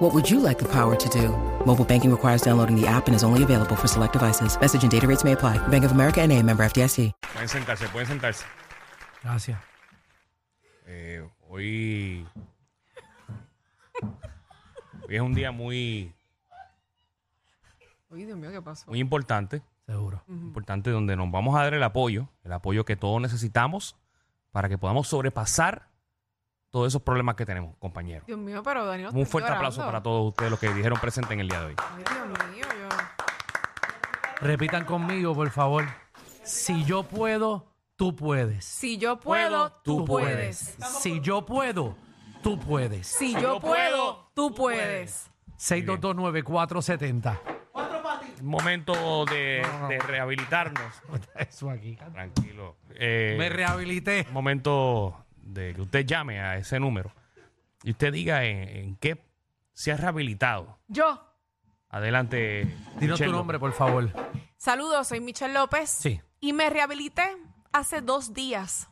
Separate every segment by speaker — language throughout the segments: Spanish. Speaker 1: What would you like the power to do? Mobile banking requires downloading the app and is only available for select devices. Message and data rates may apply. Bank of America and a member FDIC.
Speaker 2: Pueden sentarse, pueden sentarse.
Speaker 3: Gracias.
Speaker 2: Eh, hoy. Hoy es un día muy,
Speaker 4: Uy, Dios mío, ¿qué pasó?
Speaker 2: muy importante.
Speaker 3: Seguro.
Speaker 2: Importante donde nos vamos a dar el apoyo, el apoyo que todos necesitamos para que podamos sobrepasar todos esos problemas que tenemos, compañeros.
Speaker 4: Dios mío, pero Daniel.
Speaker 2: Un fuerte aplauso para todos ustedes los que dijeron presente en el día de hoy.
Speaker 4: Ay, Dios mío, yo.
Speaker 3: Repitan conmigo, por favor. Si yo puedo, tú puedes.
Speaker 4: Si yo puedo, tú puedes.
Speaker 3: Si yo puedo, tú puedes.
Speaker 4: Si yo puedo, tú puedes.
Speaker 3: 6229470.
Speaker 2: Momento de, de rehabilitarnos.
Speaker 3: Eso aquí.
Speaker 2: Tranquilo. Eh,
Speaker 3: Me rehabilité.
Speaker 2: momento de que usted llame a ese número y usted diga en, en qué se ha rehabilitado.
Speaker 4: Yo.
Speaker 2: Adelante.
Speaker 3: Dinos
Speaker 2: Michelle
Speaker 3: tu nombre, por favor.
Speaker 4: Saludos, soy Michelle López.
Speaker 3: Sí.
Speaker 4: Y me rehabilité hace dos días.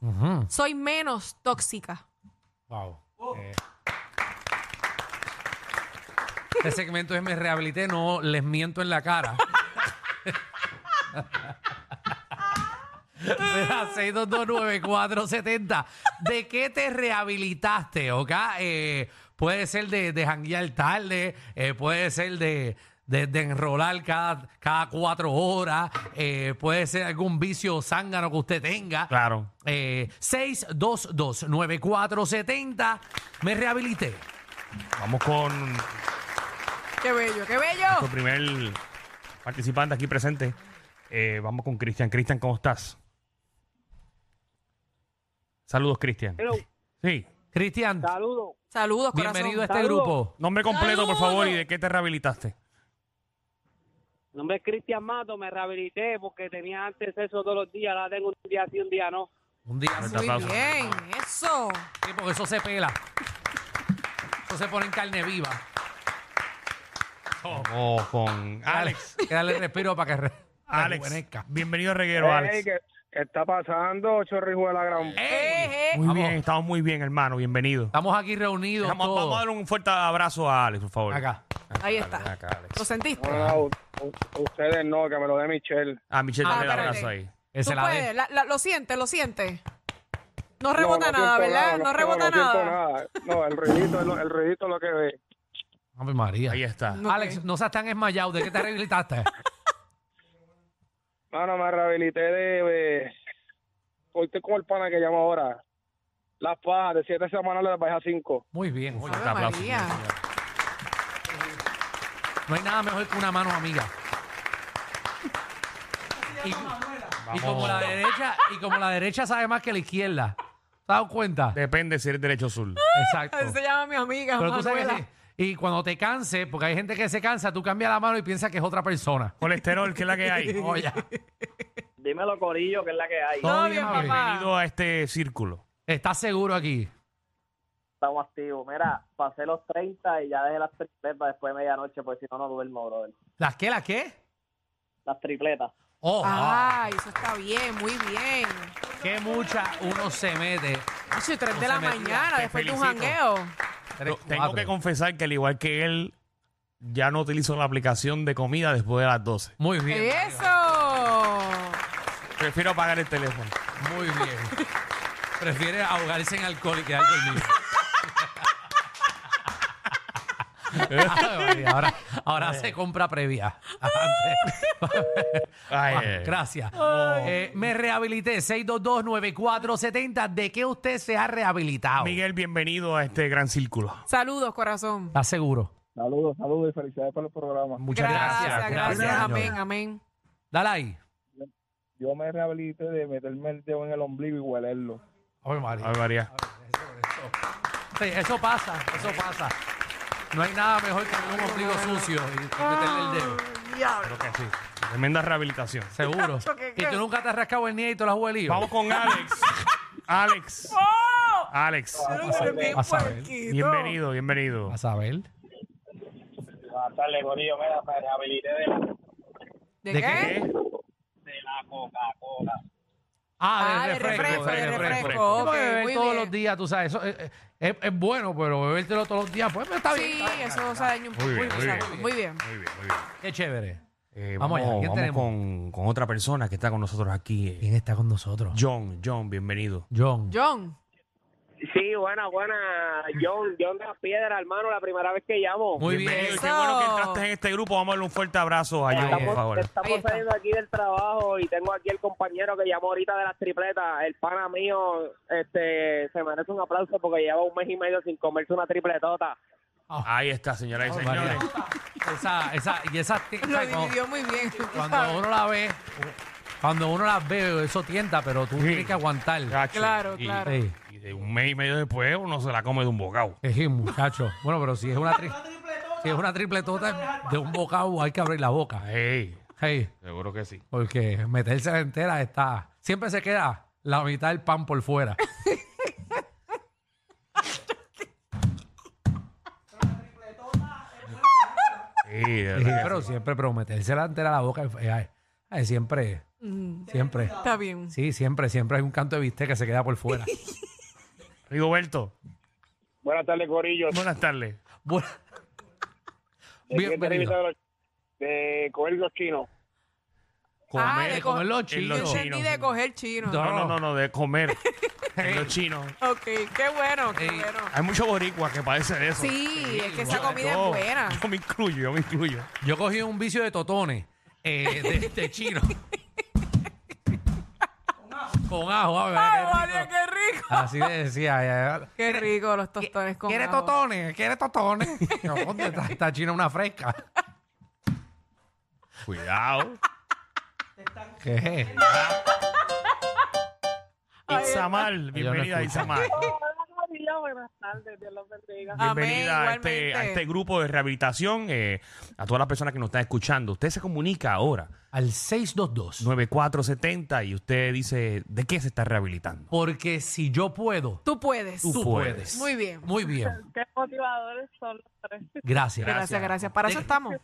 Speaker 4: Soy menos tóxica.
Speaker 3: Wow. Este segmento es Me rehabilité, no les miento en la cara. Mira, 6229470. ¿De qué te rehabilitaste, ok? Eh, puede ser de, de janguear tarde, eh, puede ser de, de- de enrolar cada, cada cuatro horas, eh, puede ser algún vicio zángano que usted tenga.
Speaker 2: Claro.
Speaker 3: Eh, 6229470. Me rehabilité.
Speaker 2: Vamos con
Speaker 4: Qué bello, qué
Speaker 2: nuestro
Speaker 4: bello.
Speaker 2: primer participante aquí presente. Eh, vamos con Cristian. Cristian, ¿cómo estás? Saludos, Cristian.
Speaker 5: Hello.
Speaker 2: Sí.
Speaker 3: Cristian,
Speaker 5: Saludos.
Speaker 4: Saludos, corazón.
Speaker 3: bienvenido a este
Speaker 5: Saludos.
Speaker 3: grupo.
Speaker 2: Nombre completo, por
Speaker 4: Saludos.
Speaker 2: favor, y de qué te rehabilitaste.
Speaker 5: Mi nombre es Cristian Mato, me rehabilité porque tenía antes eso todos los días, ahora tengo un día sí, un día no.
Speaker 3: Un día
Speaker 2: Fuerte
Speaker 3: así,
Speaker 2: aplauso.
Speaker 4: Muy bien, eso.
Speaker 3: porque eso se pela. Eso se pone en carne viva.
Speaker 2: Vamos con Alex.
Speaker 3: Hay que darle respiro para que re-
Speaker 2: Alex.
Speaker 3: rejuvenezca.
Speaker 2: Bienvenido a Reguero, Alex.
Speaker 5: está pasando, chorrijo de la gran...
Speaker 4: Eh, eh.
Speaker 2: Muy
Speaker 3: Vamos.
Speaker 2: bien, estamos muy bien, hermano. Bienvenido.
Speaker 3: Estamos aquí reunidos
Speaker 2: Vamos,
Speaker 3: todos.
Speaker 2: vamos a dar un fuerte abrazo a Alex, por favor.
Speaker 3: Acá.
Speaker 4: Ahí
Speaker 2: Ven
Speaker 4: está.
Speaker 2: acá,
Speaker 4: ¿Lo
Speaker 2: Alex.
Speaker 4: sentiste?
Speaker 5: ustedes no, que me lo dé Michelle.
Speaker 2: A Michelle
Speaker 4: Ah,
Speaker 2: dale el
Speaker 4: espérate.
Speaker 2: abrazo ahí.
Speaker 3: Que
Speaker 4: Tú
Speaker 3: se la
Speaker 4: puedes.
Speaker 3: dé.
Speaker 4: La- la- lo sientes, lo sientes. No rebota nada, ¿verdad? No, rebota nada.
Speaker 5: No, el ruidito, el, ruidito es lo que ve.
Speaker 3: Ave María.
Speaker 2: Ahí está.
Speaker 4: No,
Speaker 3: Alex,
Speaker 4: ok.
Speaker 3: no seas tan esmayado. ¿De qué te rehabilitaste?
Speaker 5: Mano, me rehabilité de... de- Porque como el pana que llamo ahora. Las pajas de siete semanales las bajé a cinco.
Speaker 3: Muy bien.
Speaker 2: Muy
Speaker 4: Ave
Speaker 2: fuerte aplauso.
Speaker 4: María.
Speaker 3: No hay nada mejor que una mano amiga. Y, y como la derecha, y como la derecha sabe más que la izquierda. ¿Te has dado cuenta?
Speaker 2: Depende si eres derecho o sur.
Speaker 3: Exacto.
Speaker 4: Se llama mi amiga,
Speaker 3: Oh. Pero tú sabes que
Speaker 4: Manuela.
Speaker 3: sí. Y cuando te canses, porque hay gente que se cansa, tú cambias la mano y piensas que es otra persona. Oh,
Speaker 2: Colesterol, que es la que hay.
Speaker 3: Oye,
Speaker 5: Dímelo, Corillo, que es la que hay.
Speaker 3: todo
Speaker 4: Todo
Speaker 3: bien,
Speaker 4: bien,
Speaker 3: mami.
Speaker 4: papá.
Speaker 2: Bienvenido a este círculo.
Speaker 3: ¿Estás seguro aquí?
Speaker 6: Estamos activos. Mira, pasé los 30 y ya dejé las tripletas después de medianoche, porque si no, no duermo, brother.
Speaker 3: ¿Las qué? ¿Las qué?
Speaker 6: Las tripletas.
Speaker 3: Oh,
Speaker 4: Ay, eso está bien, muy bien.
Speaker 3: ah, qué mucha uno se mete.
Speaker 4: Hacho, y tres
Speaker 3: No
Speaker 4: de
Speaker 3: se
Speaker 4: la
Speaker 3: metía.
Speaker 4: mañana,
Speaker 2: Te
Speaker 4: después de un
Speaker 2: felicito.
Speaker 4: jangueo.
Speaker 3: Tres,
Speaker 2: Tengo
Speaker 3: cuatro.
Speaker 2: que confesar que al igual que él, ya no utilizo la aplicación de comida después de las 12.
Speaker 3: Muy bien.
Speaker 4: ¡Eso!
Speaker 2: Prefiero apagar el teléfono.
Speaker 3: Muy bien. Prefiere ahogarse en alcohol y quedar dormido. Ay, María, ahora ahora se compra previa. Antes.
Speaker 2: Ay,
Speaker 3: Ah,
Speaker 2: eh,
Speaker 3: Gracias. Eh, me rehabilité. 6229470. ¿De qué usted se ha rehabilitado?
Speaker 2: Miguel, bienvenido a este gran círculo.
Speaker 4: Saludos, corazón.
Speaker 3: ¿Estás seguro?
Speaker 5: Saludos, saludos y felicidades por el programa.
Speaker 2: Muchas
Speaker 4: gracias.
Speaker 2: gracias.
Speaker 3: gracias,
Speaker 4: amén,
Speaker 3: señor.
Speaker 4: amén.
Speaker 3: Dale ahí.
Speaker 5: Yo me rehabilité de meterme el dedo en el ombligo y huelerlo.
Speaker 3: Ay,
Speaker 2: Ay, María.
Speaker 3: Sí, eso pasa, eso pasa. No hay nada mejor que un ombligo sucio y meterle el dedo.
Speaker 4: Ay, diablo.
Speaker 2: Creo que sí. Tremenda rehabilitación.
Speaker 3: Seguro.
Speaker 4: Chacho, ¿qué,
Speaker 3: y
Speaker 4: qué?
Speaker 3: tú nunca te has rascado el niño y te lo has huelido.
Speaker 2: Vamos con Alex. Alex.
Speaker 4: ¡Oh!
Speaker 2: Alex.
Speaker 4: Pero, pero qué
Speaker 3: Vas a ver.
Speaker 4: puerquito.
Speaker 2: Bienvenido, bienvenido.
Speaker 3: A saber.
Speaker 5: Buenas tardes, Gorillo. Mira, me rehabilité de la,
Speaker 4: ¿De,
Speaker 3: ¿De
Speaker 4: qué?
Speaker 2: ¿Qué?
Speaker 5: de la Coca-Cola.
Speaker 3: Ah,
Speaker 4: Ah,
Speaker 3: de
Speaker 4: de
Speaker 3: refresco.
Speaker 4: refresco, de refresco.
Speaker 3: Yo puedo
Speaker 4: Ok,
Speaker 3: beber
Speaker 4: muy
Speaker 3: todos
Speaker 4: bien.
Speaker 3: los días, tú sabes. Eso es, es- es bueno, pero bebértelo todos los días, pues pero está bien.
Speaker 4: Sí,
Speaker 3: está bien, está
Speaker 4: eso se daña un poco.
Speaker 2: Muy bien, muy bien.
Speaker 4: exacto.
Speaker 2: Muy
Speaker 4: Muy bien.
Speaker 2: bien, muy bien.
Speaker 3: bien. Qué chévere.
Speaker 2: Eh,
Speaker 3: Vamos
Speaker 2: vamos
Speaker 3: allá, ¿quién
Speaker 2: vamos
Speaker 3: tenemos?
Speaker 2: con, con otra persona que está con nosotros aquí. eh.
Speaker 3: ¿Quién está con nosotros?
Speaker 2: John, John, bienvenido.
Speaker 3: John.
Speaker 4: John,
Speaker 6: Sí, buena, buena. John, John de las Piedras, hermano, la primera vez que llamo.
Speaker 3: Muy bien.
Speaker 2: Bienvenido. y Qué
Speaker 4: Eso.
Speaker 2: bueno que entraste en este grupo. Vamos a darle un fuerte abrazo a John, por
Speaker 3: Estamos-
Speaker 2: favor.
Speaker 4: Ahí
Speaker 6: Estamos
Speaker 4: está.
Speaker 6: saliendo aquí del trabajo y tengo aquí el compañero que llamó ahorita de las tripletas. El pana mío este, se merece un aplauso porque lleva un mes y medio sin comerse una tripletota.
Speaker 2: Ahí está, señoras y
Speaker 3: Oh,
Speaker 2: señores.
Speaker 3: María. Esa, esa, y esa,
Speaker 4: lo
Speaker 3: cuando-
Speaker 4: dividió muy bien. tú sabes.
Speaker 3: cuando uno la ve, cuando uno la ve, eso tienta, pero tú
Speaker 2: Sí.
Speaker 3: tienes que aguantar.
Speaker 2: Chacho,
Speaker 4: Claro,
Speaker 2: y-
Speaker 4: claro.
Speaker 3: Sí.
Speaker 2: Y de un mes y medio después uno se la come de un bocado.
Speaker 3: Ejí, muchacho. Bueno, pero si es una, tri- si es una tripletota de un bocado, hay que abrir la boca.
Speaker 2: Ey,
Speaker 3: Hey,
Speaker 2: seguro que sí.
Speaker 3: porque meterse la entera está. Siempre se queda la mitad del pan por fuera.
Speaker 2: Sí, de
Speaker 3: Ejí,
Speaker 2: verdad que
Speaker 3: pero
Speaker 2: sí.
Speaker 3: siempre, pero meterse la entera a la boca, eh, ay, ay, siempre,
Speaker 4: Mm,
Speaker 3: siempre.
Speaker 4: Está bien.
Speaker 3: Sí, siempre, siempre hay un canto de bistec que se queda por fuera.
Speaker 2: Rigoberto,
Speaker 5: Buenas tardes, Gorillo.
Speaker 2: buenas tardes.
Speaker 3: Bueno. Bienvenido.
Speaker 5: De, de coger los chinos.
Speaker 4: Ah, de
Speaker 3: comer los
Speaker 2: en
Speaker 4: Yo
Speaker 3: chinos.
Speaker 2: los
Speaker 4: entendí de
Speaker 2: chinos.
Speaker 4: coger chino.
Speaker 2: No, no, no, no, de comer. en los chinos.
Speaker 4: Ok, qué bueno, qué
Speaker 3: Ey.
Speaker 4: bueno.
Speaker 2: Hay muchos boricuas que padecen de eso.
Speaker 4: Sí, es que esa
Speaker 2: Yo-
Speaker 4: comida es buena.
Speaker 2: Yo me incluyo, yo me incluyo.
Speaker 3: Yo cogí un vicio de totones eh, de, de chino. Con ajo, a ver. qué
Speaker 4: ¡Ay, María,
Speaker 3: rico.
Speaker 4: qué rico!
Speaker 3: Así le decía. eh,
Speaker 4: Qué rico los tostones con
Speaker 3: ¿Quiere
Speaker 4: ajo.
Speaker 3: totones? ¿Quiere totones? Yo, ¿Dónde está esta china una fresca?
Speaker 2: Cuidado.
Speaker 3: ¿Qué es?
Speaker 2: Isamar, bienvenida
Speaker 3: escucho.
Speaker 2: Isamar.
Speaker 6: Buenas tardes, Dios los bendiga.
Speaker 2: Bienvenida
Speaker 4: Amén,
Speaker 2: a, este, a
Speaker 4: igualmente.
Speaker 2: este grupo de rehabilitación, eh, a todas las personas que nos están escuchando. Usted se comunica ahora,
Speaker 3: Al 622.
Speaker 2: 9470, y usted dice, ¿de qué se está rehabilitando?
Speaker 3: Porque si yo puedo,
Speaker 4: Tú puedes.
Speaker 3: tú,
Speaker 2: puedes.
Speaker 3: puedes.
Speaker 4: Muy bien.
Speaker 3: Muy bien.
Speaker 7: Qué motivadores son los tres.
Speaker 3: Gracias.
Speaker 4: Gracias, gracias. Para eso estamos.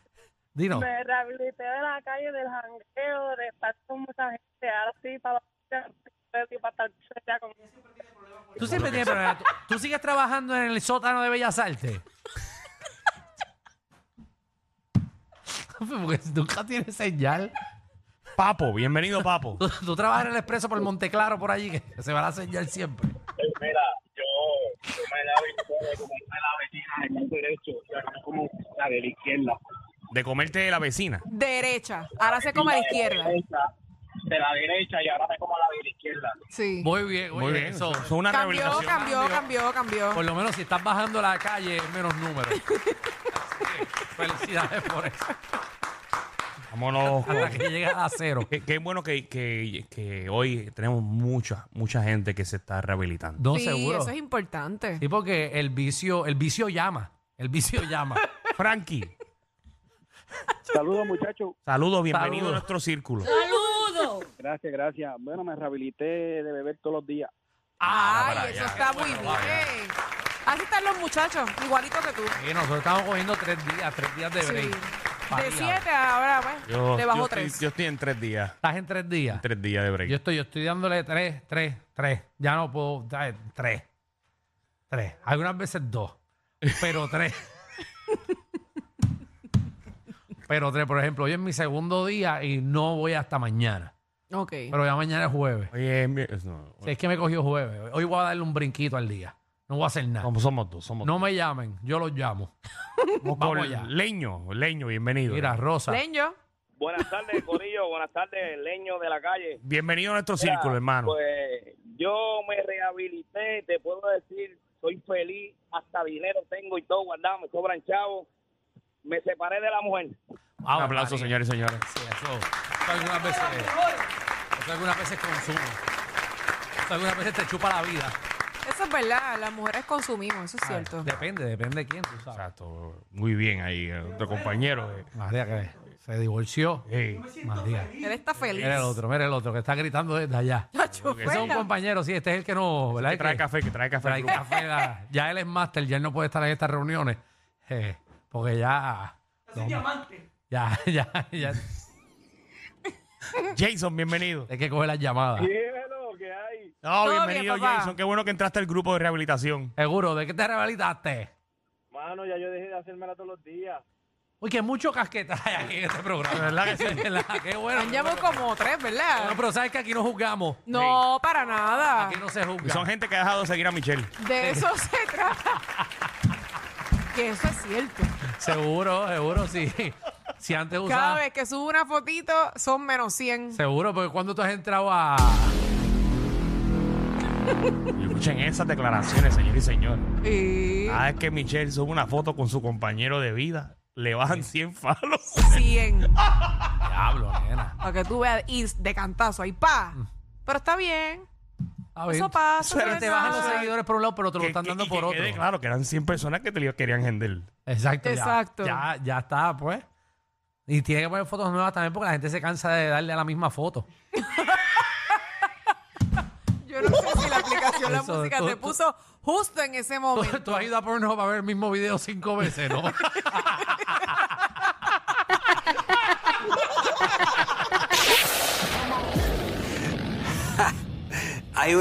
Speaker 3: Dino.
Speaker 7: Me rehabilité de la calle, del jangueo, de estar con mucha gente. Ahora sí, para y para estar cerca con
Speaker 3: Tú siempre tienes problemas. ¿Tú, tú sigues trabajando en el sótano de Bellas Artes? Porque nunca tienes señal.
Speaker 2: Papo, bienvenido Papo.
Speaker 3: Tú, tú trabajas en el expreso por Monteclaro, por allí, que se va la señal siempre.
Speaker 5: Mira, yo, yo me rehabilité de comerme la vecina del lado derecho. Yo no como la de la izquierda.
Speaker 2: De comerte la vecina.
Speaker 4: Derecha. Ahora se come a la izquierda.
Speaker 5: De la derecha y ahora me como la de la izquierda.
Speaker 4: Sí.
Speaker 3: Muy bien,
Speaker 2: Muy bien. Eso,
Speaker 3: Eso,
Speaker 2: eso es una
Speaker 4: Cambió,
Speaker 2: rehabilitación.
Speaker 4: cambió, cambió, cambió.
Speaker 3: por lo menos si estás bajando la calle, es menos número. Así que, Felicidades por eso.
Speaker 2: Vámonos. con-
Speaker 3: Hasta que llega a cero.
Speaker 2: Qué, qué bueno que, que- que hoy tenemos mucha, mucha gente que se está rehabilitando.
Speaker 3: No
Speaker 4: sí,
Speaker 3: seguro.
Speaker 4: eso es importante.
Speaker 3: Sí, porque el vicio, el vicio llama. El vicio llama.
Speaker 2: Frankie,
Speaker 5: Saludos, muchachos.
Speaker 2: saludos, bienvenido
Speaker 3: Saludos.
Speaker 2: a nuestro círculo.
Speaker 5: Gracias, gracias. Bueno, me rehabilité de beber todos los días.
Speaker 3: Ah,
Speaker 4: Ay,
Speaker 2: para
Speaker 4: eso
Speaker 2: allá.
Speaker 4: está muy bien. Así están los muchachos, igualito que tú.
Speaker 3: Y nosotros estamos cogiendo tres días, tres días de
Speaker 4: Sí.
Speaker 3: break.
Speaker 4: De
Speaker 3: Variado.
Speaker 4: siete ahora, pues,
Speaker 2: Yo,
Speaker 4: le bajó
Speaker 2: yo
Speaker 4: tres.
Speaker 2: Estoy, yo estoy en tres días.
Speaker 3: Estás en tres días.
Speaker 2: Tres días de break.
Speaker 3: Yo estoy, yo estoy dándole tres, tres, tres. Ya no puedo dar tres. Tres. Algunas veces dos. Pero tres. pero tres, por ejemplo, hoy es mi segundo día y no voy hasta mañana.
Speaker 4: Ok.
Speaker 3: Pero ya mañana es jueves.
Speaker 2: Oye, mi- es- no,
Speaker 3: Si es que me cogió jueves. Hoy voy a darle un brinquito al día. No voy a hacer nada.
Speaker 2: como somos dos, somos
Speaker 3: No me llamen, yo los llamo.
Speaker 2: dos.
Speaker 3: vamos
Speaker 2: Con
Speaker 3: allá.
Speaker 2: Leño, Leño, bienvenido.
Speaker 3: Mira, Rosa.
Speaker 4: Leño,
Speaker 6: Buenas tardes, Corillo. Buenas tardes, leño de la calle.
Speaker 2: bienvenido a nuestro círculo, hermano.
Speaker 6: Pues yo me rehabilité, te puedo decir, soy feliz, hasta dinero tengo y todo guardado, me sobran chavos. Me separé de la mujer.
Speaker 2: Un aplauso,
Speaker 3: señor
Speaker 2: señores y señores.
Speaker 3: Sí, eso, eso algunas veces. Eso algunas veces consumo. Eso algunas veces te chupa la vida. Ah,
Speaker 4: eso es verdad, las mujeres consumimos, eso es cierto.
Speaker 3: Depende, depende de quién, tú sabes.
Speaker 2: Exacto. Muy bien ahí, eh, otro compañero. eh,
Speaker 3: María, que Se divorció.
Speaker 2: Ey,
Speaker 3: Mal día.
Speaker 4: Él está feliz.
Speaker 3: Mira el otro, mira el otro que está gritando desde allá.
Speaker 4: Chacho,
Speaker 3: Ese es un
Speaker 4: fuera.
Speaker 3: compañero, sí, este es el que no, ¿verdad?
Speaker 2: que trae
Speaker 3: Que-
Speaker 2: café, que trae café. al
Speaker 3: trae
Speaker 2: grupo.
Speaker 3: café, da- ya él es máster, ya él no puede estar en estas reuniones. eh, porque ya. no, Ya, ya, ya.
Speaker 2: Jason, bienvenido.
Speaker 3: Hay que coger las llamadas.
Speaker 5: Cielo, ¿qué hay?
Speaker 2: No,
Speaker 4: Todo bien,
Speaker 2: bienvenido,
Speaker 4: papá.
Speaker 2: Jason. Qué bueno que entraste al grupo de rehabilitación.
Speaker 3: Seguro, ¿de qué te rehabilitaste?
Speaker 5: Mano, ya yo dejé de hacérmela todos los días.
Speaker 3: Uy, que mucho casqueta hay aquí en este programa. ¿Verdad que sí? Qué bueno.
Speaker 4: Han llamado como tres,
Speaker 3: Bueno,
Speaker 4: ¿verdad?
Speaker 3: pero sabes que aquí no juzgamos.
Speaker 4: No, para nada.
Speaker 3: Aquí no se
Speaker 2: Y
Speaker 3: juzga.
Speaker 2: son gente que ha dejado de seguir a Michelle.
Speaker 4: De eso se trata. Que eso es cierto.
Speaker 3: Seguro, seguro, sí. Si antes
Speaker 4: Cada
Speaker 3: usabas.
Speaker 4: vez que subo una fotito son menos 100.
Speaker 3: Seguro, porque cuando tú has entrado a.
Speaker 2: Y escuchen esas declaraciones, señor y señor.
Speaker 4: Y
Speaker 2: Ah, es que Michelle sube una foto con su compañero de vida. Le bajan 100 falos.
Speaker 4: 100.
Speaker 3: Diablo, nena.
Speaker 4: Para que tú veas. Y de cantazo, ahí pa. Pero está bien.
Speaker 3: A
Speaker 4: Eso pasa.
Speaker 2: Pero
Speaker 4: no es
Speaker 3: Mm. Pues, Te bajan los
Speaker 4: nada.
Speaker 3: seguidores por un lado, pero te lo
Speaker 2: Que-
Speaker 3: están
Speaker 2: que-
Speaker 3: dando
Speaker 2: y
Speaker 3: por
Speaker 2: que
Speaker 3: otro.
Speaker 2: quede Claro, que eran 100 personas que te lo querían gender.
Speaker 3: Exacto. ya.
Speaker 4: Exacto.
Speaker 3: Ya, ya está, pues. Y tiene que poner fotos nuevas también porque la gente se cansa de darle a la misma foto.
Speaker 4: Yo no sé si la aplicación La
Speaker 3: Eso,
Speaker 4: Música
Speaker 3: tú-
Speaker 4: te
Speaker 3: tú-
Speaker 4: puso justo en ese
Speaker 3: Tú,
Speaker 4: momento.
Speaker 3: tú has ido a Pornhub a ver el mismo video cinco veces, ¿no?
Speaker 8: Hay